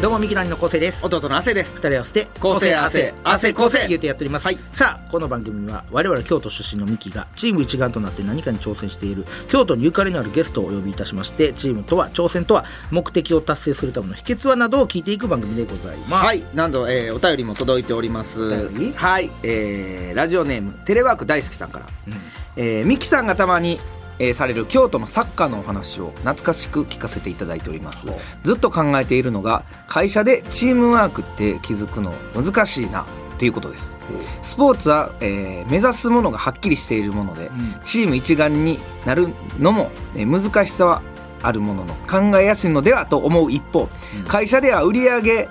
どうもミキナニの構成です弟の汗です二人合わせて構成汗汗構成言うてやっております、はいさあこの番組は我々京都出身のミキがチーム一丸となって何かに挑戦している京都にゆかりのあるゲストをお呼びいたしましてチームとは挑戦とは目的を達成するための秘訣はなどを聞いていく番組でございます、はい何度、えーお便りも届いておりますお便りはい、えーラジオネームテレワーク大好きさんから、えーミキさんがたまにえーされる京都のサッカーのお話を懐かしく聞かせていただいておりますほうずっと考えているのが会社でチームワークって気づくの難しいなということですスポーツは、えー目指すものがはっきりしているもので、うんチーム一丸になるのも、えー難しさはあるものの考えやすいのではと思う一方、うん会社では売上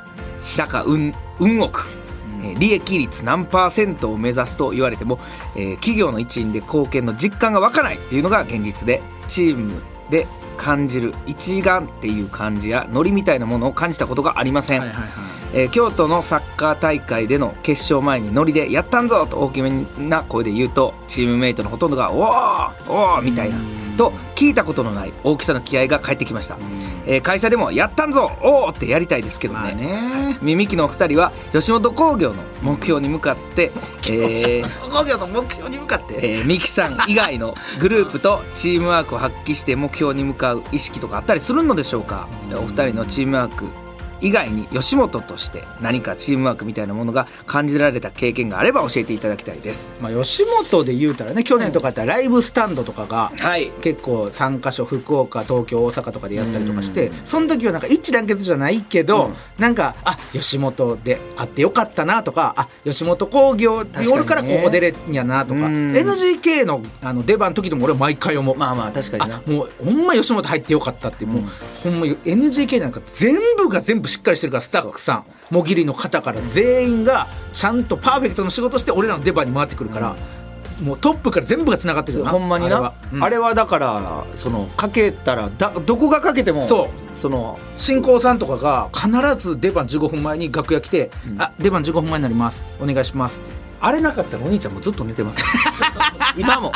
高運運億、うんえー利益率何パーセントを目指すと言われても、えー企業の一員で貢献の実感が湧かないっていうのが現実でチームで感じる一丸っていう感じやノリみたいなものを感じたことがありません、はいはいはいえー京都のサッカー大会での決勝前にノリで「やったんぞ!」と大きめな声で言うとチームメイトのほとんどが「おーおー!」みたいなと聞いたことのない大きさの気合が返ってきました、えー会社でも「やったんぞおー!」ってやりたいですけどね,、まあ ねミミキのお二人は吉本興業の目標に向かって、えー工業の目標に向かってえーミキさん以外のグループとチームワークを発揮して目標に向かう意識とかあったりするのでしょうかお二人のチームワーク以外に吉本として何かチームワークみたいなものが感じられた経験があれば教えていただきたいですまあ吉本で言うたらね去年とかやったらライブスタンドとかがはい結構3カ所福岡東京大阪とかでやったりとかしてその時はなんか一致団結じゃないけど、うんなんかあ吉本であってよかったなとかあ吉本興業におるから確かにこねこ出れんやなとか、うん NGK のあの出番の時でも俺は毎回思う。まあまあ確かになあもうほんま吉本入ってよかったってもう、ほんま NGK なんか全部が全部しっかりしてるからスタッフさんもぎりの方から全員がちゃんとパーフェクトの仕事して俺らの出番に回ってくるから、もうトップから全部がつながってるよなほんまにあれなはうんあれはだからそのかけたらだどこがかけてもそうその進行さんとかが必ず出番15分前に楽屋来て「あ出番15分前になりますお願いします」ってあれなかったらお兄ちゃんもずっと寝てます今も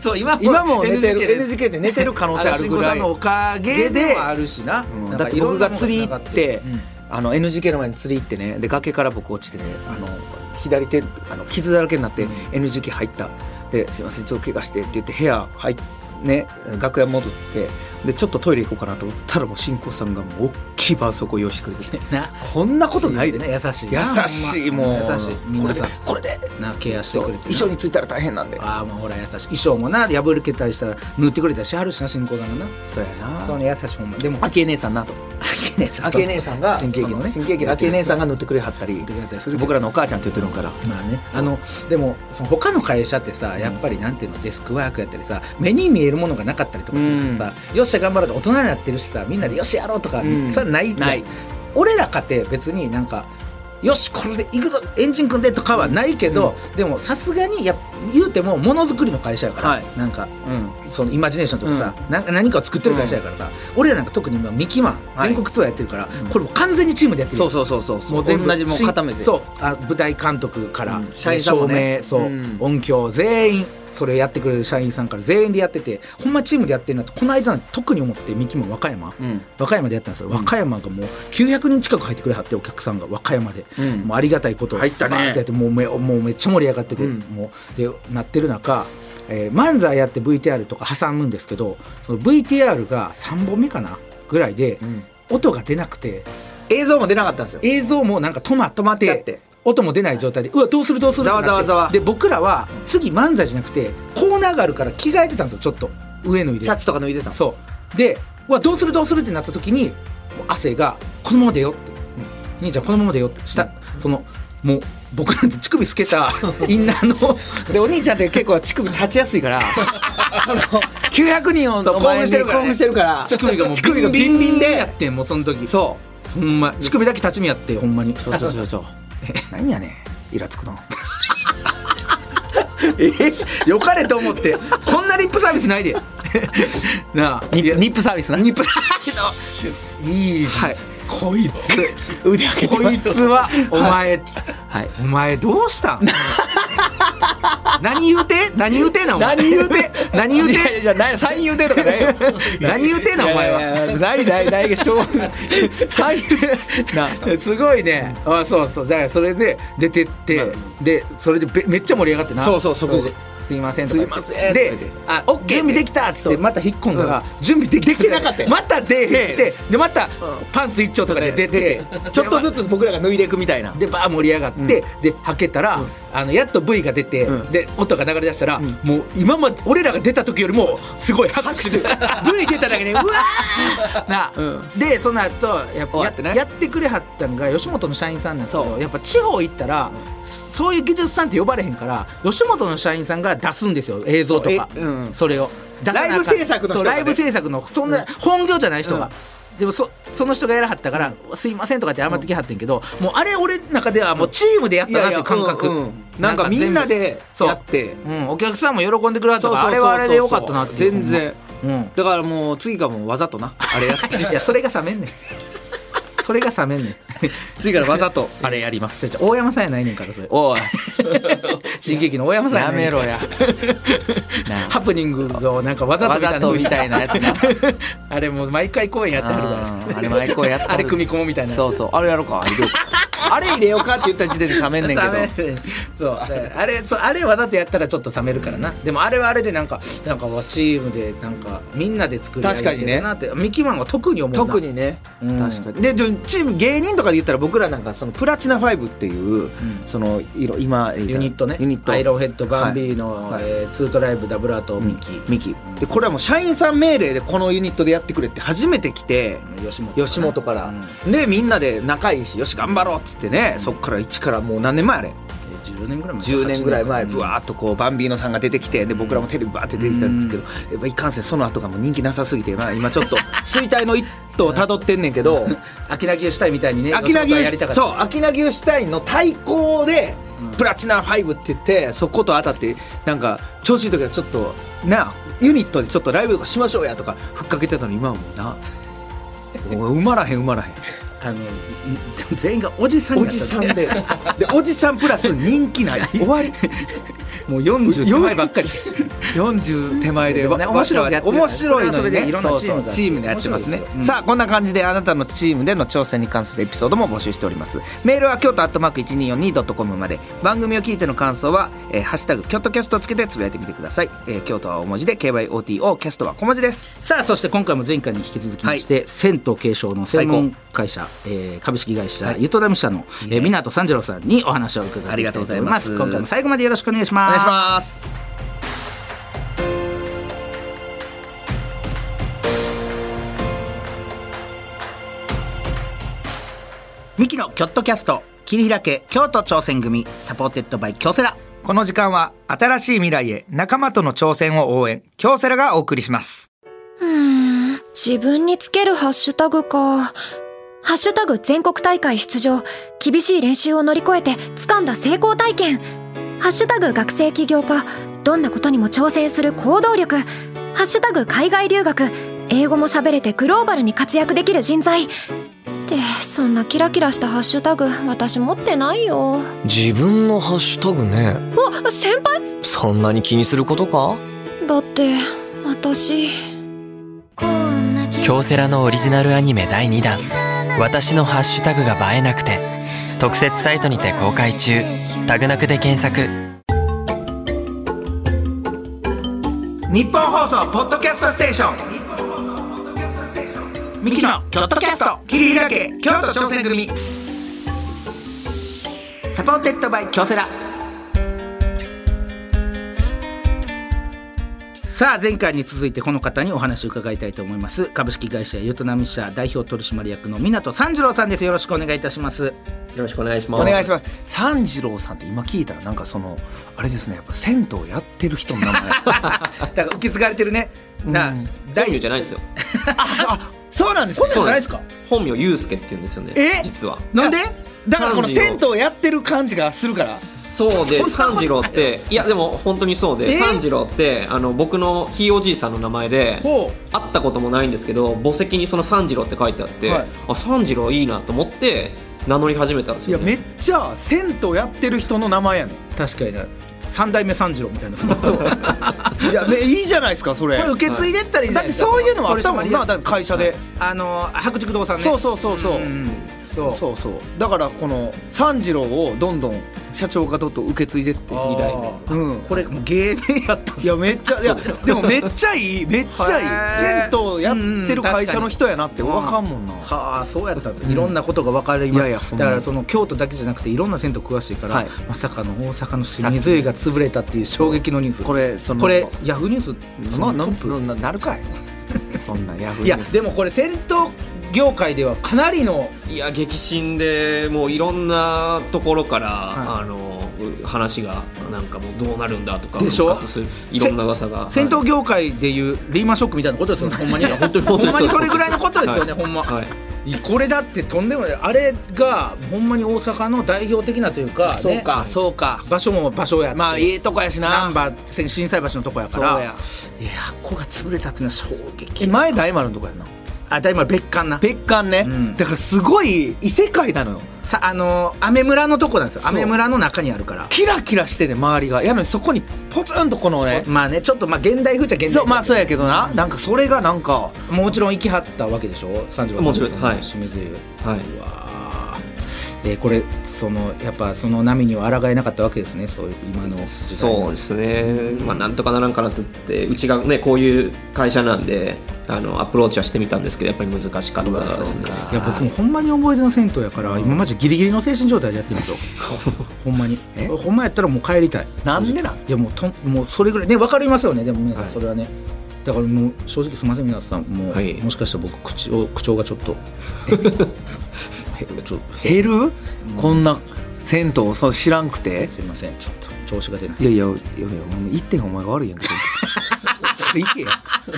そう今今も 寝てる NGK で NGK で寝てる可能性あるぐ らあの慎吾さんいのおかげででもあるしな,、うんだって僕が釣り行って、うんあの NGK の前に釣り行ってねで崖から僕落ちてねあの左手あの傷だらけになってうん NGK 入ったですいませんちょっと怪我してって言って部屋入っね、楽屋戻ってでちょっとトイレ行こうかなと思ったらもう新婚さんがもう大きい絆創膏用意してくれてねなこんなことないでねね優しい優しいもう優しいこ皆れでさんこれでなケアしてくれて衣装についたら大変なんでああもうほら優しい衣装もな破れけたりしたら縫ってくれたりしはるしな進行さんがなそうやなそうね優しいほんまでもあきえ姉さんなと姉さんあきえ姉さんが新喜劇のね新喜劇のあきえ姉さんが塗ってくれはったりてくれたりするけど僕らのお母ちゃんって言ってるのからまあね、あのでもその他の会社ってさやっぱりなんていうのデスクワークやったりさ目に見えるものがなかったりとかするからさ、よっしゃ頑張ろうと大人になってるしさみんなでよっしゃやろうとか、うんさないない俺らかて別になんかよしこれで行くぞエンジン組んでとかはないけど、でもさすがにやっ言うてもものづくりの会社やから、はいなんかうんそのイマジネーションとかさ、なんか何かを作ってる会社やからさ、俺らなんか特に今ミキマンはい全国ツアーやってるから、うんこれもう完全にチームでやってるやんそうそうそうそうもう全部同じもう固めてしそうあ舞台監督から、うん社員さんもね照明そう、うん音響全員それやってくれる社員さんから全員でやっててほんまチームでやってんなってこの間なんて特に思ってミキも和歌山、うん和歌山でやったんですよ、和歌山がもう900人近く入ってくれはってお客さんが和歌山で、うんもうありがたいことを入ったねバーってやってもうめもうめっちゃ盛り上がってて、うんもうでなってる中、えー漫才やって VTR とか挟むんですけどその VTR が3本目かなぐらいで、うん音が出なくて映像も出なかったんですよ映像もなんか止まって止まっちゃって音も出ない状態でうわどうするどうするざわざわざわってなってで僕らは次漫才じゃなくてコーナーがあるから着替えてたんですよちょっと上脱いでシャツとか脱いでたのそうでうわどうするどうするってなった時にもう汗が「このままでよ」って「兄ちゃんこのままでよ」ってした、そのもう僕なんて乳首つけたインナーのでお兄ちゃんって結構乳首立ちやす いからあの900人をそう興奮してるお前にから興奮してるから 乳首がもう乳首がビンビンやっでてんもうその時そほんま乳首だけ立ち見やってほんまに うそうそうそうそう何やねんイラつくのえよかれと思ってこんなリップサービスないで なあニいやップニップサービスなニップサービスいい、はいこい腕上げつてこまいすつはお前、はいお前どうしたん 何言うて何言うてんなお前何言うて 何言ういやいやてじゃあな三言うてとか ないよ何言うてんなお前はいやいやないないないがしょうがない三言うてなんすか すごいね、あそうそうだからそれで出てって、でそれでべめっちゃ盛り上がってなそうそうそこれですいませんとか言ってすいませんでとか言って「あオッケー準備できた」っつってまた引っ込んだら、うん準備できできてなかったよまた出へんってでまたパンツ一丁とかで出出ててちょっとずつ僕らが脱いでいくみたいなでバー盛り上がって、ではけたら、あのやっと V が出て、うんで音が流れ出したら、もう今まで俺らが出た時よりもすごい拍手で V 出ただけでうわ な、うでその後やっぱ終わやってねやってくれはったんが吉本の社員さんなんですけそどやっぱ地方行ったら、そういう技術さんって呼ばれへんから吉本の社員さんが出すんですよ映像とか、えうんそれをだからライブ制作の人がねそうライブ制作のそんな、本業じゃない人が。でもそその人がやらはったから「すいません」とかって謝ってきはってんけど、もうあれ俺の中ではもうチームでやったなっていう感覚、うんうんなんかみんなでそうやってうん、お客さんも喜んでくれはったそうからそうそうそうあれはあれでよかったなっていう全然うんだからもう次からもうわざとなあれやっていやそれが冷めんねんそれが冷め んねん 次からわざと あれやります大山さんやないねんからそれ おい 新喜劇の大山さんややないめねん ろやなあハプニングをなんかわざとわざとみたいなやつな あれもう毎回公演やってはるから あーあれ毎公演やってはる あれ組み込もうみたいなそうそうあれやろうかあれ入れようかあれ入れようかって言った時点で冷めんねんけど冷めんそうあれそうあれわざとやったらちょっと冷めるからな、でもあれはあれでなんかなんかチームでなんかみんなで作り上げてるなってミキマンは特に思うな特にね、うん確かにでちょチーム芸人とかで言ったら僕らなんかそのプラチナファイブっていう、その色今ユニットねユニットアイロンヘッドバンビーノ、はいえーツートライブダブルアートミキ、ミキでこれはもう社員さん命令でこのユニットでやってくれって初めて来て吉本吉本から、でみんなで仲いいしよし頑張ろうっつってね、そっから一からもう何年前あれ10年ぐらい前10年ぐらい前うんぶわーっとこうバンビーノさんが出てきてで僕らもテレビバーって出てきたんですけどやっぱいかんせんその後がもう人気なさすぎて、まあ、今ちょっと衰退の一途をたどってんねんけど秋名牛したいみたいにね秋名吉本はや牛りたかったそう秋名牛シュタインの対抗で、うんプラチナ5って言ってそこと当たってなんか調子いい時はちょっとなあユニットでちょっとライブとかしましょうやとかふっかけてたのに今はも うなもう埋まらへん埋まらへんあのい全員がおじさんにおなっじちゃっさたんででおじさんプラス人気ない終わりもう40手前ばっかり40手前でわね面白いことやってる面白いのにねそれはそれでいろんなチームがあってチームでやってます面ね白いですようんさあこんな感じであなたのチームでの挑戦に関するエピソードも募集しておりますメールは京都アットマーク 1242.com まで番組を聞いての感想は「えーハッシュタグ京都キャスト」をつけてつぶやいてみてください、えー京都は大文字で KYOTO キャストは小文字です さあそして今回も前回に引き続きまして、銭湯継承の専門会社、えー株式会社、はいゆとらむ社の、えー港三次郎さんにお話を伺っていきたありがとうございますと思今回も最後までよろしくお願いしますお願いしますミキのキョットキャスト切り開け京都挑戦組サポーテッドバイ京セラこの時間は新しい未来へ仲間との挑戦を応援京セラがお送りしますうーん自分につけるハッシュタグか。ハッシュタグ全国大会出場。厳しい練習を乗り越えて掴んだ成功体験。ハッシュタグ学生起業家。どんなことにも挑戦する行動力。ハッシュタグ海外留学。英語も喋れてグローバルに活躍できる人材。って、そんなキラキラしたハッシュタグ私持ってないよ。自分のハッシュタグねあ、先輩そんなに気にすることかだって、私。京セラのオリジナルアニメ第2弾「私のハッシュタグが映えなくて」特設サイトにて公開中タグなくで検索日本放送ポッドキャストステーションミキのキョットキャスト切り開け京都挑戦組サポーテッドバイ京セラさあ前回に続いてこの方にお話を伺いたいと思います株式会社ゆとなみ社代表取締役の港三次郎さんですよろしくお願いいたしますよろしくお願いしおます。願いします三次郎さんって今聞いたらなんかそのあれですねやっぱ銭湯やってる人の名前だから受け継がれてるねな、うん本大名じゃないですよ。 そうなんです本名じゃないですか本名ゆうすけって言うんですよね。え実は。なんでだからこの三次郎銭湯やってる感じがするからそうでそんなことない三次郎っていやでも本当にそうでえ三次郎ってあの僕のひいおじいさんの名前でほ会ったこともないんですけど墓石にその三次郎って書いてあって、はいあ三次郎いいなと思って名乗り始めたんですいやよ、ね、めっちゃ銭湯やってる人の名前やねう確かにな三代目三次郎みたいなそう いやめいいじゃないですかそれこれ受け継いでったらいいじだゃっなてですかそういうのはあったもんな取締役だって会社で、あの白竹堂さんねそうそうそうそう、んそうそうそうだからこの三次郎をどんどん社長がどっと受け継いでって二2代代目目うんこれもう芸名やったいやめっちゃいやでもめっちゃいいめっちゃいへいー銭湯やってる会社の人やなってうんわかんもんなはあそうやったんですいろんなことが分かります、いやいやほんまだからその京都だけじゃなくていろんな銭湯詳しいから、はいまさかの大阪の清水湯が潰れたっていう衝撃のニュースこれそのこれヤフーニュースなのなトップななるかいそんなヤフーいニュやースでもこれ銭湯業界ではかなりのいや激震でもういろんなところから、はあのう話がなんかもうどうなるんだとかでしょ復活するいろんな噂が銭湯はい業界でいうリーマンショックみたいなことですよねほんまにや本当に本ほ当んにまそうにそれぐらいのことですよね、ほんま、はいこれだってとんでもないあれがほんまに大阪の代表的なというか、ね、そうかそうか場所も場所やまあええとこやしナなンバー震災橋のとこやかそらうやいやここが潰れたっていうのは衝え撃前大丸のとこやんなあだいま別館な別館ね、うんだからすごい異世界なのよさあのー雨村のとこなんですよそう雨村の中にあるからキラキラしてね周りがやのにそこにポツンとこのねまあねちょっとまあ現代風っちゃ現代そうまあそううやけどななんかそれがなんかもちろん行きはったわけでしょ35もちろんはい清水湯はいうわーでこれそのやっぱその波には抗えなかったわけですねそういう今の時代そうですね、まあ、なんとかならんかなと思ってうちがねこういう会社なんであのアプローチはしてみたんですけどやっぱり難しかったですねいや僕もほんまに思い出の銭湯やから、今までギリギリの精神状態でやってるん ですよほんまにえほんまやったらもう帰りたいなんでな正ん直いやもうとんもうそれぐらいね分かりますよねでも皆さんはいそれはね、だからもう正直すみません皆さんもう、はいもしかしたら僕口を口調がちょっ とへちょへ減る、こんな銭湯そう知らんくてすみませんちょっと調子が出ないいやいやいやいやもう一点お前が悪 いやんけそれいけよ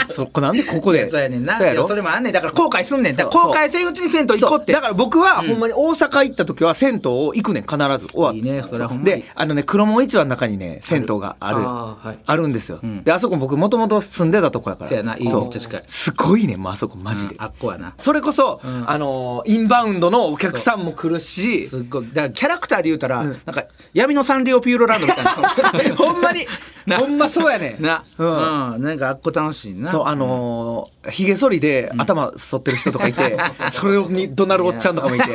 そこなんでここでそうやねんなそうやいろやそれもあんねんだから後悔すんねんだからそう後悔せんうちに銭湯行こうってだから僕はほんまに大阪行った時は銭湯を行くねん必ず終わっていいねそれはほんまにであのね黒門市場の中にね銭湯があるああーはいるんですよ、んであそこ僕もともと住んでたとこやからそうやないいそうめっちゃ近いすごいねんもうあそこマジで、うんあっこはなそれこそ、んあのーインバウンドのお客さんも来るしすっごいだからキャラクターで言うたら、なんか闇のサンリオピューロランドみたいな ほんまに なほんまそうやねんな、ううんん、なんかあっこ楽しいな。そうあのーひげ剃りで頭剃ってる人とか いて、それに怒鳴るおっちゃんとかもいて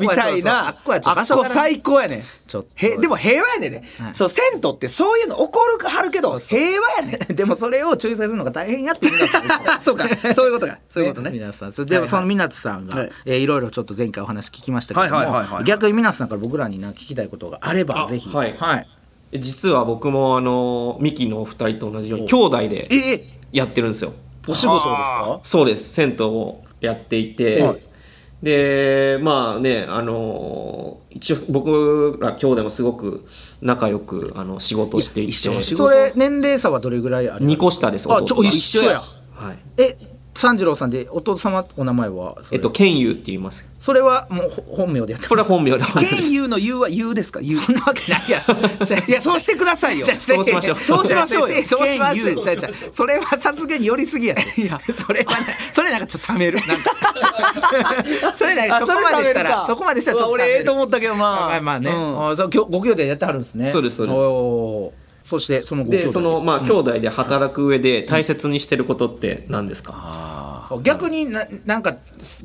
みたいなあっこはちょっとあっこ最高やねんちょっとへでも平和やねんね、はいそう銭湯ってそういうの怒るはるけど平和や ねんでもそれを仲裁するのが大変やってみんなさん そうかそういうこ とかそういうことね皆さんそれではいはもいその湊さんが、はいいえーいろいろちょっと前回お話聞きましたけども、はいはいはいはい逆に湊さんから僕らにな聞きたいことがあればあぜひはい実は僕もあのミキのお二人と同じように兄弟でええやってるんですよお仕事ですかそうです銭湯をやっていて、はいでまあねあの一応僕ら兄弟もすごく仲良くあの仕事していて一緒の仕事それ年齢差はどれぐらいあります2個下ですあち弟ょが一緒やはいえ三次郎さんでお父様お名前はそれ,、えっと健優って言いますそれはもうほ本名でやったこれは本名で天佑の言うは言うですか言うそんなわけないやろ じゃあいやそうしてくださいよじゃあそうしましょうそうしましょうよ そうしましょうよ剣佑じゃあじゃあそれはさすがに寄りすぎやいやそれはねそれなんかちょっと冷めるなん かそれなんあかそこまでしたそれ冷めるからそこまでしたらちょっとうわ冷め俺るええと思ったけどなまあまあね、うんあそうきょご兄弟でやってはるんですねそうですそうですおーそしてそのご兄弟でそのまあ兄弟で働く上で大切にしてることって何ですか、逆にななんか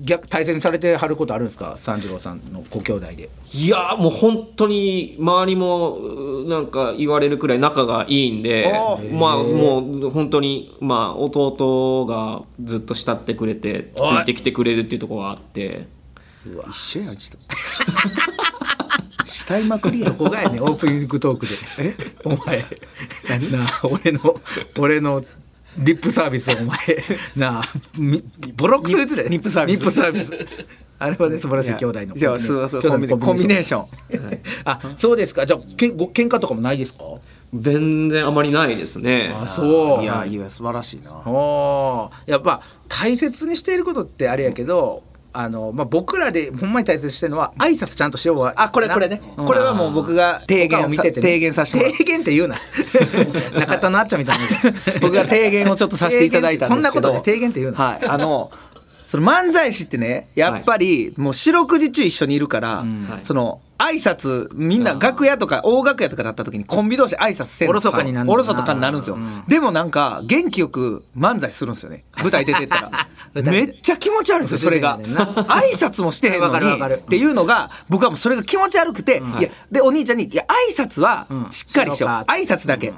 逆対戦されてはることあるんですか三次郎さんのご兄弟でいやーもう本当に周りもうーなんか言われるくらい仲がいいんであまあもう本当にまあ弟がずっと慕ってくれてついてきてくれるっていうところがあって一緒やんちょっと したいまくりやんここがやねオープニングトークで「えお前なあ俺の俺のリップサービスお前なあみボロクソ言ってたよニップサービスニップサービスあれはね素晴らしい兄弟のいやそうそうコンビネコンビネーションンあそうですかじゃあけご喧嘩とかもないですか全然あまりないですねあそういやいや素晴らしいなおーやっぱ大切にしていることってあれやけど、あの、まあ、僕らでほんまに大切にしてるのは挨拶ちゃんとしようはあこれこれねうんこれはもう僕が提他言を見てて、ね、提言させてもらう提言って 言うな中田のあっちゃんみ たいな 僕が提言をちょっとさせていただいたんですけどこんなことで提言って言うのはいあのその漫才師ってねやっぱりもう四六時中一緒にいるから、はいその挨拶みんな楽屋とか大楽屋とかだった時にコンビ同士挨拶せんのおろそかになるんだおろそかになるんですよ、うんでもなんか元気よく漫才するんですよね舞台出てったら 舞台めでっちゃ気持ち悪いんですよそれが不自然やねんな挨拶もしてへんのわかるにわかるっていうのが僕はもうそれが気持ち悪くて、いやでお兄ちゃんに「いや挨拶はうんしっかりしよう、しようか挨拶だけ」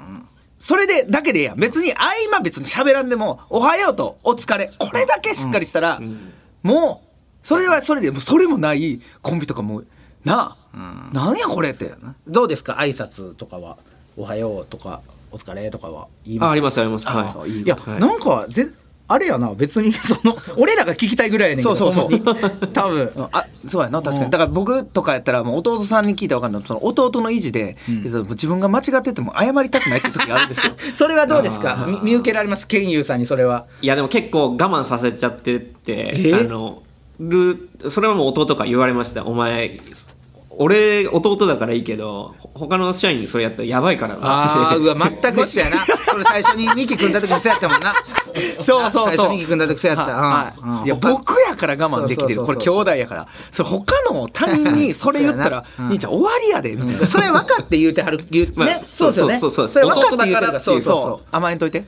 それでだけでええやん別に合間別に喋らんでも「おはよう」と「お疲れ」これだけしっかりしたら、もうそれはそれでもうそれもないコンビとかもなあ、なんやこれってどうですか挨拶とかはおはようとかお疲れとかは言いあまあすりますあります。あはい。いや、はいなんかぜあれやな別に その俺らが聞きたいぐらいやねんけどそうそうそうほんまに多分うんあそうやな確うかにんだから僕とかやったらもう弟さんに聞いたら分かるのその弟の意地で、その自分が間違ってても謝りたくないって時があるん ですよ それはどうですかみ見受けられますケンユーさんにそれはいやでも結構我慢させちゃってって、えあのるそれはもう弟から言われましたお前俺弟だからいいけどほ他の社員にそれやったらやばいからなあっあてうわ全く一緒やなそれ最初にミキ組んだ時もそうやったもんなそうそうそう最初ミキ組んだ時そうやった、はいうんうんいや他僕やから我慢できてるそうこそうそうそうれ兄弟やからそれ他の他人 にそれ言ったらそうや「なうん兄ちゃん終わりやで」みたいな。それ分かって言うてはる言う、まあねそうですよねそうそうそうれ分かって言うて弟だるからっていそううそうそう甘えんと いて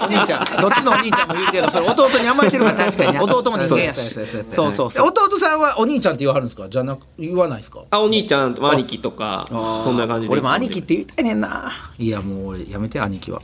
お兄ちゃんどっちのお兄ちゃんも言うけどそれ弟に甘えてるから確か にね弟も人間やしそうそうそそううそううそう弟さんはお兄ちゃんって言わはるんですかじゃなく言わないです か あお兄ちゃんと兄貴とかそんな感じで俺も兄貴って言いたいねんないやもう俺やめて兄貴は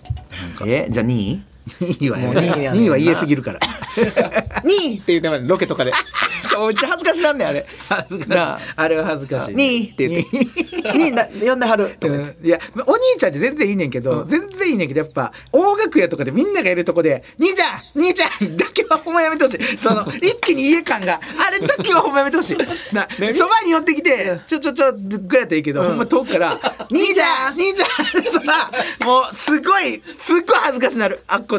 えじゃあ2位2位はやもう二位やねんな2位は言えすぎる から2位って言うてまでロケとかで そうめっちゃ恥ずかしなんねんあれ恥ずなかしいあれは恥ずかしい2位って言って「2位な呼んではる」とか言ってうんいやお兄ちゃんって全然いいねんけど、全然いいねんけどやっぱ大楽屋とかでみんながいるとこで「兄ちゃん兄ちゃん!」だけはほんまやめてほしいその 一気に家感があれだけはほんまやめてほしいなそばに寄ってきて「ちょちょちょ」ぐらいだったらいいけど、ほんま遠くから「兄ちゃん兄ちゃん!」ってそらもうすごいすっごい恥ずかしなるあっこで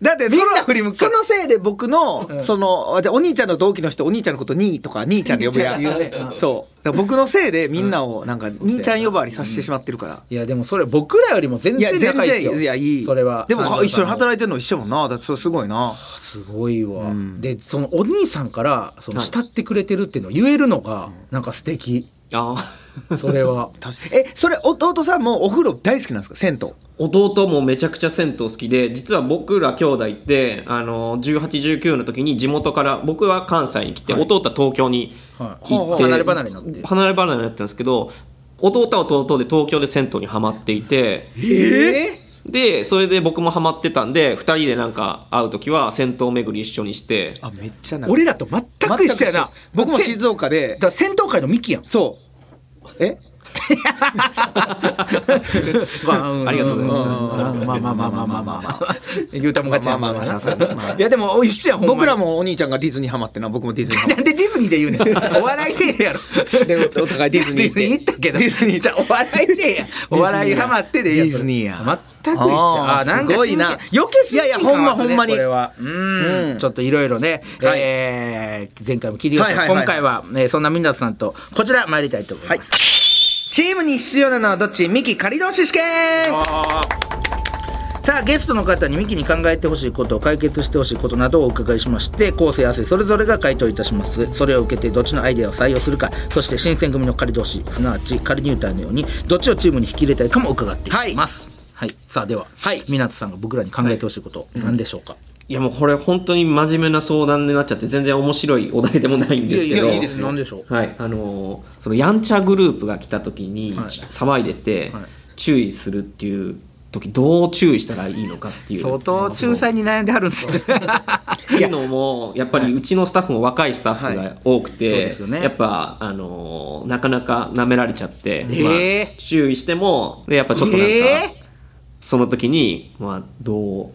だってそみんのな振り向くそからのせいで僕の、そのでお兄ちゃんの同期の人お兄ちゃんのこと兄とか兄ちゃんで呼ぶやん兄ちゃんって言うねそうだから僕のせいでみんなをなんか兄ちゃん呼ばわりさせてしまってるから、いやでもそれ僕らよりも全いや全然仲いいですよ然いやいいそれはでも三条さん一緒に働いてるの一緒もんなだってそれすごいなすごいわ、でそのお兄さんからその慕ってくれてるっていうのを言えるのがなんか素敵あそれは確かえそれ弟さんもお風呂大好きなんですか銭湯弟もめちゃくちゃ銭湯好きで実は僕ら兄弟ってあの1819の時に地元から僕は関西に来て、弟は東京に行って、はい離れ離れになって離れ離れになってたんですけど弟は弟で東京で銭湯にはまっていてえでそれで僕もハマってたんで2人でなんか会う時は銭湯巡り一緒にしてあめっちゃ俺らと全く一緒やな僕もせ静岡でだから戦闘界のミキやんそうえあありがとうございますまあまあまあまあまあまあまあ言うたもん勝ちやんまあまあまあまあまあまあいやでも一緒やんほんまに僕らもお兄ちゃんがディズニーハマってな僕もディズニーハマなんでディズニーで言うね んお笑いでええやろでお互いディズニー行ってったけどディズニーじゃあお笑いでええやんお笑いハマってでええやんディズニーや全く一緒あーなんかすごいな真剣余計親近感湧くねいやいやほんまほんまにこれはうんちょっといろいろねはいえー前回も聞いてきましたはがいはいはい今回はえーそんなミンダさんとこちら参りたいと思います チームに必要なのはどっちミキ仮同士試験さあゲストの方にミキに考えてほしいこと解決してほしいことなどをお伺いしまして構成合わせそれぞれが回答いたしますそれを受けてどっちのアイデアを採用するかそして新選組の仮同士すなわち仮入隊のようにどっちをチームに引き入れたいかも伺っていきます、はいさあでは、はい、湊さんが僕らに考えてほしいこと、何でしょうか、いやもうこれ本当に真面目な相談になっちゃって全然面白いお題でもないんですけど何でしょうはいあのーそのやんちゃグループが来た時にはい騒いでてはい注意するっていう時どう注意したらいいのかっていう相当仲裁に悩んではるんですよっていうのもやっぱりうちのスタッフも若いスタッフが多くはいそうて、ですよねやっぱあのーなかなか舐められちゃって、えまあ注意してもでやっぱちょっとなんか、えその時にまあどう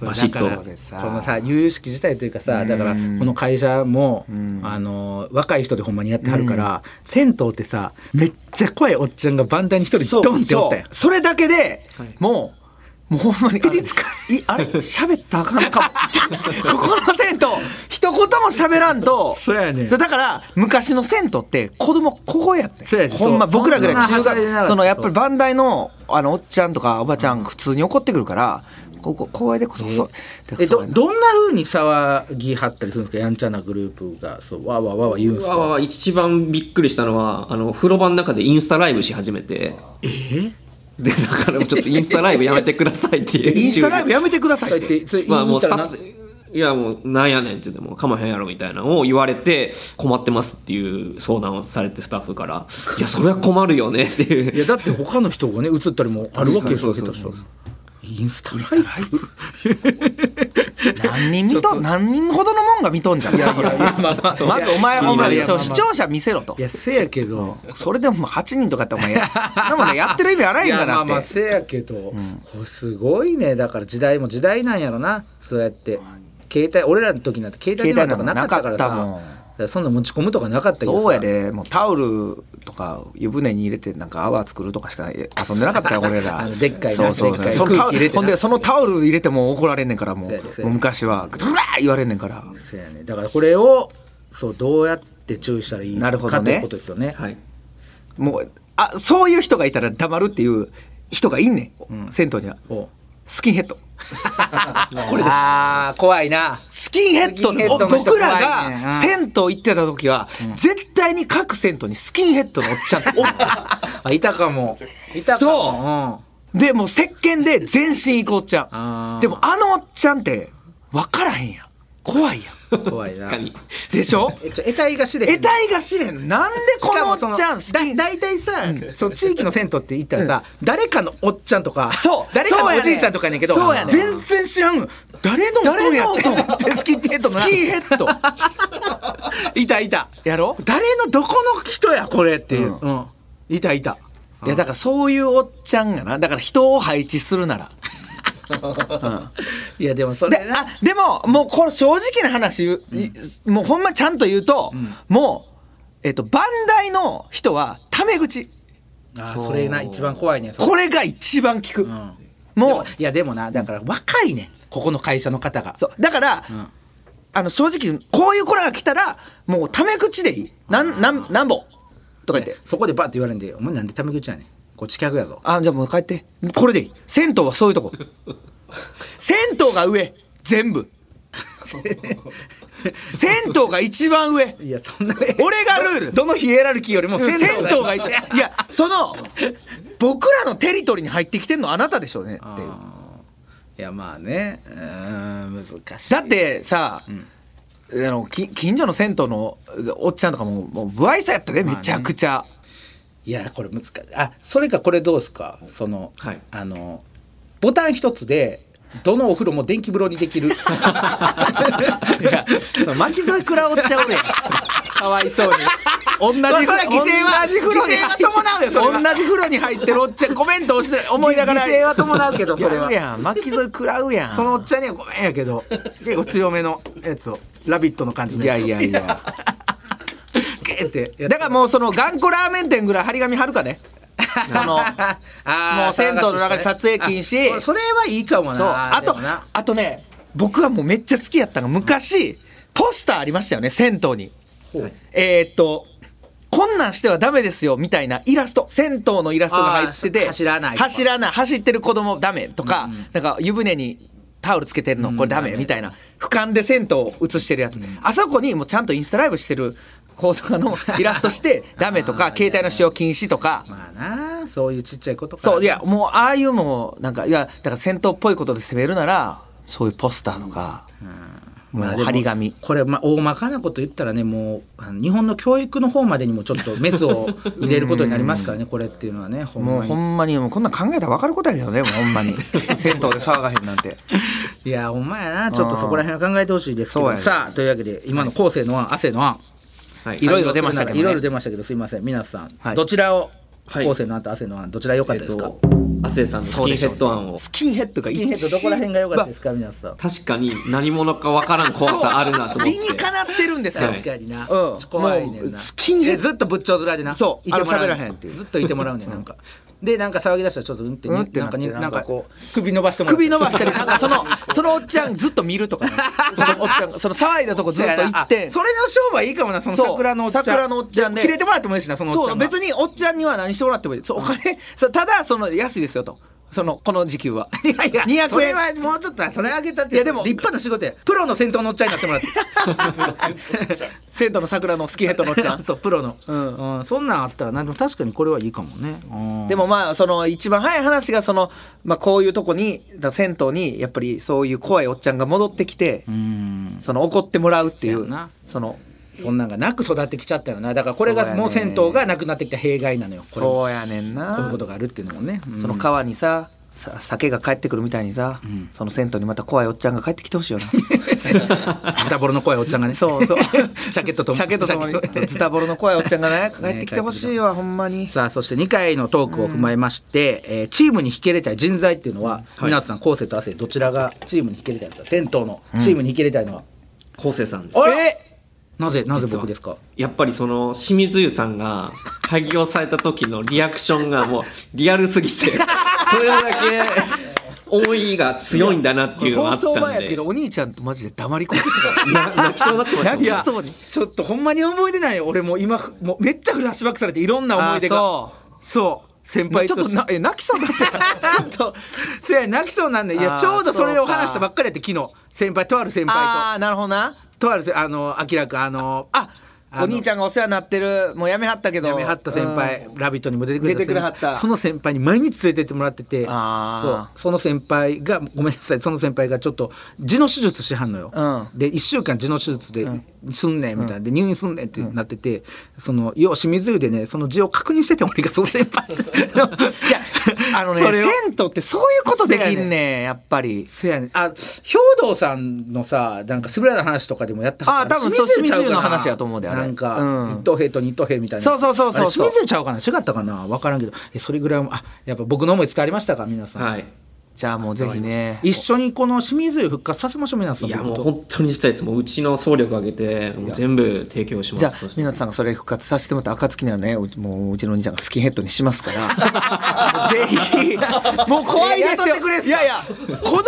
バシッだからとこのさ由々しき事態というかさだからこの会社もあの若い人でほんまにやってはるから銭湯ってさめっちゃ怖いおっちゃんが番台に一人ドンっておったやんそうそれだけで、はいもうもうほんまにピリつか あのいあれ喋ったらあかんかもここの銭湯一一言も喋らんとそうやねんだから昔の銭湯って子供小声やってそうやねんほんまそう僕らぐらいそ中んなはしゃいでなかっ学たそのやっぱり番台のあのおっちゃんとかおばちゃん普通に怒ってくるからここ公園でこそこそえどどどんな風に騒ぎ張ったりするんですかやんちゃなグループがそうわーわーわーわー言うんですわわかわ一番びっくりしたのはあの風呂場の中でインスタライブし始めてでだからちょっとインスタライブやめてくださいっていうインスタライブやめてくださいそうっやっててそれまあもう言いに行ったらさいやもうなんやねんって言ってもかまへんやろみたいなのを言われて困ってますっていう相談をされてスタッフからいやそれは困るよねっていういやだって他の人がね映ったりもあるわけですそようそうそうインスタライブ何人見とん何人ほどのもんが見とんじゃんそれまずお前いやおい前やまあまあそう視聴者見せろといやせやけどそれでも8人とかやってお前やでもねやってる意味荒いんだやまなあまあってせやけど、これすごいねだから時代も時代なんやろなそうやって携帯俺らの時なんて携帯電話とかなかったからさ携帯なんかなかったもんだからそんな持ち込むとかなかったけどさそうやでもうタオルとか湯船に入れてなんか泡作るとかしか遊んでな かったよ俺らあのでっかいなそうそでうっかいそのタ空オ気入れてルなほんでそのタオル入れても怒られんねんからもうそうやそうやもう昔はドラー言われんねんからそうやねだからこれをそうどうやって注意したらいいなるほどかとねいうことですよねはいもうあそういう人がいたら黙るっていう人がいんねん、銭湯にはこスキンヘッドうあー怖いなスキンヘッドスキンヘッドの人僕ら怖いねうがん銭湯行ってた時は、絶対に各銭湯にスキンヘッドのおっちゃんっておったあいたかもいたかもでもう石鹸で全身行こうっちゃあーんでもあのおっちゃんって分からへんやん怖いやんうん、怖いな確かにで しょえちょ得体が知れへん得体が知れへんなんでこのおっちゃん好しきかもそのだ大体さ、その地域の銭湯って言ったらさ、誰かのおっちゃんとかそう誰かそうやのねおじいちゃんとかやねんけどそうやね全然知らん誰の音誰やの音と思ってスキンヘッドのスキンヘ ッドいたいたやろ誰のどこの人やこれっていう、ううんいたいたいやだからそういうおっちゃんがなだから人を配置するならいやでもそでれなあでももうこれ正直な話言う、いもうほんまちゃんと言うと、もうえっと番台の人はタメ口あーそれな一番怖いねそれこれが一番効く、んもういやでもなだから若いねんここの会社の方がそうだから、んあの正直こういう子らが来たらもうタメ口でいいなんなんなんぼとか言ってそこでバッて言われんで「お前なんでタメ口やねんこっち客やぞあじゃあもう帰ってこれでいい銭湯はそういう とこ銭湯が上全部銭湯が一番上」いやそんな俺がルールどのヒエラルキーよりも銭銭湯湯が一番いやその僕らのテリトリーに入ってきてんのあなたでしょうねっていういやまあねうーん難しいだってさ、あのき近所の銭湯のおっちゃんとかももう不愛想やったでめちゃくちゃ、いやこれ難しいあそれかこれどうですかその、はいあのボタン一つでどのお風呂も電気風呂にで きるいやその巻き添え食らおっちゃ うねんかわいそうに 同じ風それは同犠じ牲は風呂に犠牲は伴うよそれは同じ風呂に入ってるおっちゃんコメントをして思いながら 犠牲は伴うけどそれやはるやん巻き添え食らうやんそのおっちゃんにはごめんやけど結構強めのやつを「ラビット!」の感じのいやついやいや ゲーってやっだからもうその頑固ラーメン店ぐらい張り紙貼るかねそのあーもう銭湯の中で撮影禁止あそそれはいいかもなそうあでともなあとね僕はもうめっちゃ好きやったのが昔、ポスターありましたよね銭湯にえーっとこんなんしてはダメですよみたいなイラスト銭湯のイラストが入ってあてー走らないとか走らない走ってる子供ダメとか、なんか湯船にタオルつけてるのこれダメみたいな俯瞰で銭湯を映してるやつ、あそこにもうちゃんとインスタライブしてる子とかのイラス トしてダメとか携帯の使用禁止とか、まあなそういうちっちゃいことからそういやもうああいうもうなんかいやだから戦闘っぽいことで攻めるならそういうポスターとか、まあもでうも張り紙これ、まあ、大まかなこと言ったらねもうあの日本の教育の方までにもちょっとメスを入れることになりますからねこれっていうのはねほんもうまほにんまにもうこんなん考えたら分かることやけどねもうほ んまに銭湯で騒がへんなんていやほんまやなちょっとそこら辺は考えてほしいですけそうどやねさあというわけで今の後世の案亜生の案はいいろいろ出ましたけどねいろいろ出ましたけどすいません皆さん、はいどちらをはい後世の案と亜生の案どちら良かったですか、えっと亜生さんのスキンヘッド案を スキンヘッドがスキンヘッドどこら辺が良かった ですかか皆さん確かに何者かわからん怖さあるなと思って理にかなってるんですよはい確かにな、うん怖いねんもうなスキンヘッドでずっと仏頂面でなそういてもらあの喋らへんっていうずっといてもらうねんなんかでなんか騒ぎ出したらちょっとうんって,、うんってななんっかてになんかなんかここう首伸ばしてもらって首伸ばしたりなんかそのそのおっちゃんずっと見るとか ねそのおっちゃんがその騒いだとこずっと行ってあそれの商売いいかもなそのそう桜のおっちゃん桜のおっちゃんで切れてもらってもいいしなそのおっちそゃうんが別におっちゃんには何してもらってもいいそうお金、そうただその安いですよとそのこの時給は いやいや200円それはもうちょっとそれあげたっていやでも立派な仕事やプロの先頭のおっちゃんになって もらって生徒の桜のスキンヘッドのおっちゃ んそうプロの、うんうんそんなんあったらなでも確かにこれはいいかもね、うんでもまあその一番早い話がその、まあ、こういうとこにだ銭湯にやっぱりそういう怖いおっちゃんが戻ってきて、うんその怒ってもらうっていそううやなそのそんなんがなく育ってきちゃったよなだからこれそうがやねもう銭湯がなくなってきた弊害なのよこれもそうやねんなこういうことがあるっていうのもね、うんその川にささ酒が帰ってくるみたいにさ、その銭湯にまた怖いおっちゃんが帰ってきてほしいよな 豚ボロの怖いおっちゃんがねそうそう ジャケットともシャケとともにズタボロの怖いおっちゃんがね帰ってきてほしいわほんまにさあそして2回のトークを踏まえまして、えーチームに引き入れたい人材っていうのは、皆さん昴生と亜生どちらがチームに引き入れたいですか銭湯のチームに引き入れたいのは、昴生さんですあらなぜなぜ実は僕ですかやっぱりその清水湯さんが開業された時のリアクションがもうリアルすぎてそれだけ思いが強いんだなっていうのが放あったん送 で前やけどお兄ちゃんとマジで黙り込んでたな泣きそうになってましたも 泣んきそうにちょっとほんまに覚えてないよ俺もう今もうめっちゃフラッシュバックされていろんな思い出あがーそうそう先輩ちょとっとなえ泣きそうになってたちょっとせや泣きそうなんねいやあーちょうどそれをそうか話したばっかりやって昨日先輩とある先輩ああなるほどなととあるせあの明らかあのああのお兄ちゃんがお世話になってるもうやめはったけどやめはった先輩「ラビット!」にも出てくれた出てくれはったその先輩に毎日連れてってもらっててあーそうその先輩がごめんなさいその先輩がちょっと痔の手術しはんのよ、うで1週間痔の手術ですんねんみたいなで入院すんねんってなってて、そのよう清水湯でねその痔を確認してて俺がその先 輩いやあ の ねそれを銭湯ってそういうことできんねんやっぱりせやねんあ兵道さんのさなんかスブラの話とかでもやったはずあ多分そうちゃかな清水の話やと思うであれなんか、うん一等兵と二等兵みたいなそうそうそうそうあれ清水ちゃうかな違ったかな分からんけどえそれぐらいもあやっぱ僕の思い伝わりましたか皆さん、はいじゃあもうぜひね一緒にこの清水湯復活させましょう皆さんいやも僕うと本当にしたいですもううちの総力を上げてもう全部提供しますじゃあそして湊さんがそれ復活させてもらった暁にはねうもううちのお兄ちゃんがスキンヘッドにしますから ぜひもう怖いでえすやっよてくれんすかいやいやこの体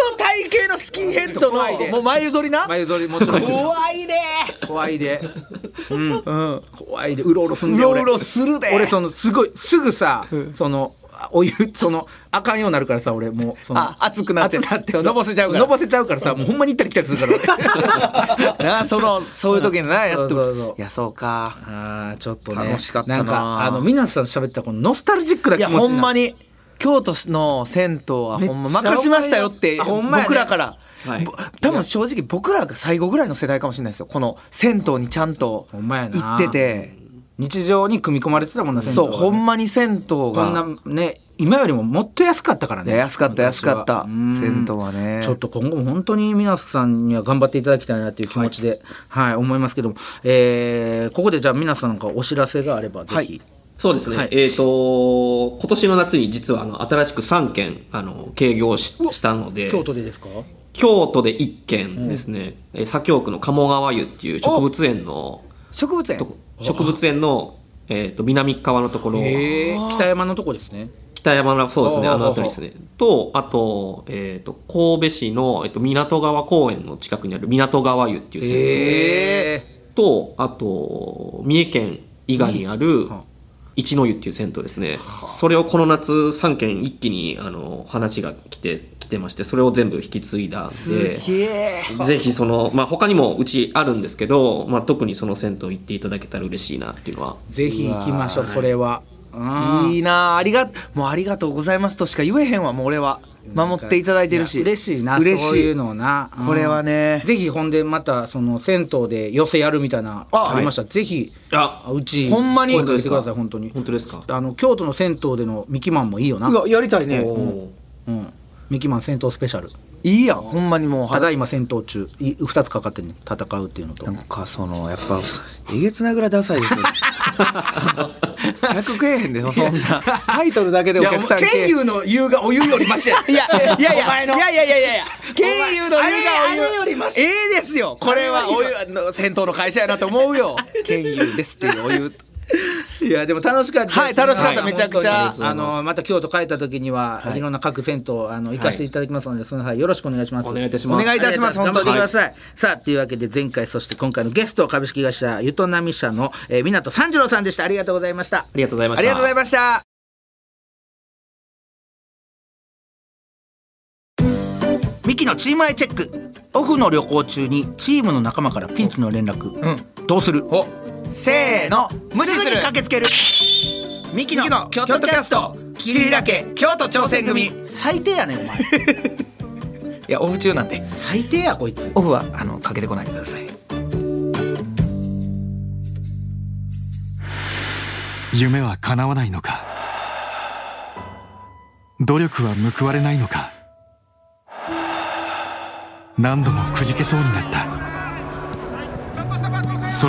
型のスキンヘッド怖いでのもう眉剃りな前ぞりもちろん怖いで怖いで、 うん怖いでうろうろすんうでろ俺うろするで俺そのすごいすぐさ、そのあお湯そのあかんようになるからさ俺もうそのあ熱くなって熱くなってそうのぼせちゃうからのぼせちゃうからさもうほんまに行ったり来たりするから俺なその そういう時になやってもそうそうそういやそうかあーちょっとね楽しかったなんかあの皆さんと喋ったこのノスタルジックない気持やちになほんまに京都の銭湯はほんまめっちゃ任しましたよってあほんまやね僕らから、はいぼ多分正直僕らが最後ぐらいの世代かもしれないですよこの銭湯にちゃんとほんまやな行ってて日常に組み込まれてたもんな銭湯そはうねほんまに銭湯こんながね今よりももっと安かったからいねや安かった安昔はかったうん銭湯はねちょっと今後も本当に皆さんには頑張っていただきたいなという気持ちで、はい思いますけども、えーここでじゃあ皆さんからお知らせがあればぜひ、はいそうですね、はいえっ、と今年の夏に実はあの新しく3軒あの営業ししたので京都でですか京都で1軒ですね、えー左京区の鴨川湯っていう植物園の植物園とこ植物園の、えー、と南側のところ北山のとこですね北山のそうですねあーあの辺りですねとあと,、えー、と神戸市の、えー、と港川公園の近くにある港川湯っていう銭湯えとあと三重県伊賀にあるはあ一の湯っていう銭湯ですね、それをこの夏3軒一気にあの話が来て来てましてそれを全部引き継いだんすでげえぜひその、まあ、他にもうちあるんですけど、まあ、特にその銭湯行っていただけたら嬉しいなっていうのはぜひ行きましょううわーそれは、うんいいなあありがもうありがとうございますとしか言えへんわもう俺は守っていただいてるしや嬉しいな嬉しいそういうのをな、うんこれはねぜひほんでまたその銭湯で寄せやるみたいなあありましたら、ぜひあうちほんまに声かけてください本当に本当ですかあの京都の銭湯でのミキマンもいいよなうわやりたいねおーうんミキマン戦闘スペシャルいいやんほんまにもうただいま戦闘中い2つかかってんねん戦うっていうのとなんかそのやっ ぱえげつないぐらいダサいですよ客食えへんでそんなタイトルだけでお客さんケンユの言うがお湯よりマシやいやいやいやいお前のやいやいやいやいや経由の言うがあれあれよりマシええですよこれはお湯の銭湯の会社やなと思う よ経由ですっていうお湯いやでも楽しかったですねはい楽しかったはいめちゃくちゃ本当にあのまた京都帰った時にはいろんな各銭湯あの行かせていただきますのでその際よろしくお願いしますお願いいたしおます願いいたしますあり本がと当うにござくいだまさいさあというわけで前回そして今回のゲスト株式会社ゆとなみ社のえー湊三次郎さんでしたありがとうございましたありがとうございました。ありがとうございましたミキのチームアイチェックオフの旅行中にチームの仲間からピンチの連絡、うどうするせーの無無視視すすぐにる駆けつけるミキのミキの京都キャスト桐平家京都挑戦組最低やねんお前いやオフ中なんで最低やこいつオフはあのかけてこないでください夢は叶わないのか努力は報われないのか何度もくじけそうになったそ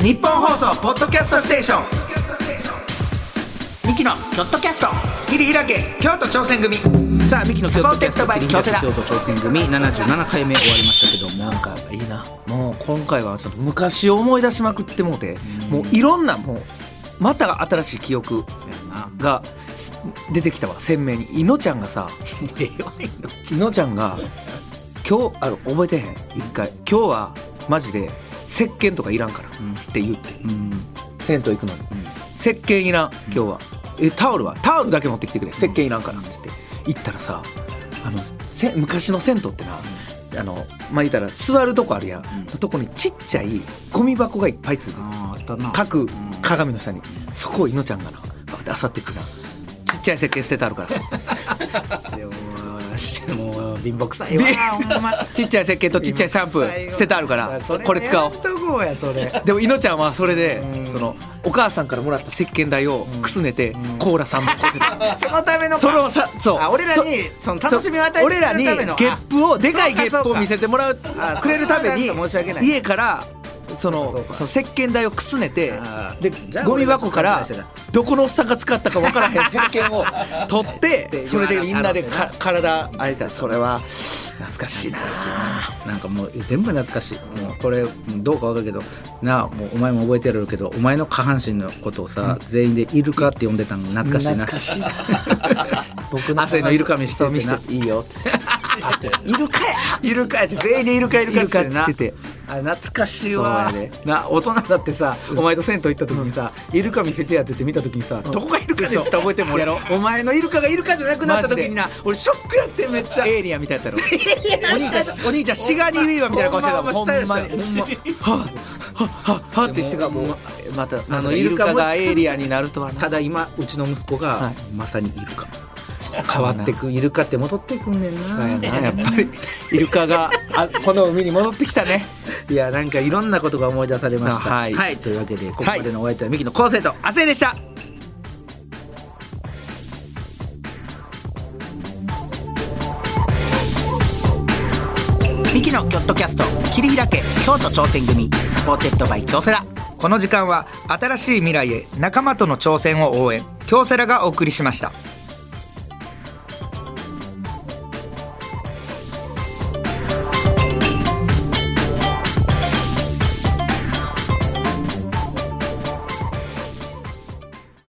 日本放送ポッドキャストステーションミキの京都キャスト桐平家京都挑戦組さあミキの京都キャスト京セラ京都挑戦組77回目終わりましたけどもなんかいいなもう今回はちょっと昔を思い出しまくってもうて、もういろんなもうまた新しい記憶がす出てきたわ鮮明にいのちゃんがさいのちゃんが今日あの覚えてへん一回今日はマジで石鹸とかいらんからって言って、銭湯行くのに、石鹸いらん今日は、えタオルはタオルだけ持ってきてくれ石鹸いらんからって言って行ったらさあのせ昔の銭湯ってな、あのまあ言ったら座るとこあるやん、のとこにちっちゃいゴミ箱がいっぱいついてるあったな各鏡の下に、そこをいのちゃんがなバーってあさっていくなちっちゃい石鹸捨ててある からもう貧乏くさいわほんまちっちゃい石鹸とちっちゃいシャンプー捨ててあるからこれ使おうとこうやそれでもいのちゃんはそれでそのお母さんからもらった石鹸代をくすねてコーラ3本買ってたそのためのそのさそうあ俺らにその楽しみを与えてくれるためのそう俺らにゲップをでかいゲップを見せてもらうあくれるためにそうか申し訳ない家からそそうのかその石鹸代をくすねてあーでじゃあゴミ箱か俺がらちょっと勘違いどこのおっさんが使ったかわからへん石鹸を取っでてそれでみんなで洗っか体あれたそれは懐かしいななんかもう全部懐かしいもうこれどうかわかるけどなあもうお前も覚えてるけどお前の下半身のことをさ、全員で「イルカ」って呼んでたの懐かしいな懐かしいな僕の汗のイルカ見してそう見てせなていいよってイルカやイルカやって全員でイルカイルカってなイルカっつっててあ懐かしいわそうやねな大人だってさお前と銭湯行った時にさ、イルカ見せてやってって見た時にさ、どこがイルカですって覚えてんもん俺やろお前のイルカがイルカじゃなくなった時にな俺ショックやってんめっちゃエイリアンみたいやったろお兄ちゃんお兄ちゃんシガニーウィーバーみたいな顔してたもん ほほんんままほんにまほんまはあはあはあはあってしてがもうまたああののイイルルカカがエイリアンになるとは なただ今うちの息子が、はいまさにイルカ変変わわっっててくイルカって戻ってくんねんそうやななやっぱりイルカがあこの海に戻ってきたねいやなんかいろんなことが思い出されましたさあは、はいいというわけでここまでのお相手はミキの昴生と亜生でしたミキのキョットキャスト切り開け京都挑戦組サポーテッドバイ京セラこの時間は新しい未来へ仲間との挑戦を応援京セラがお送りしました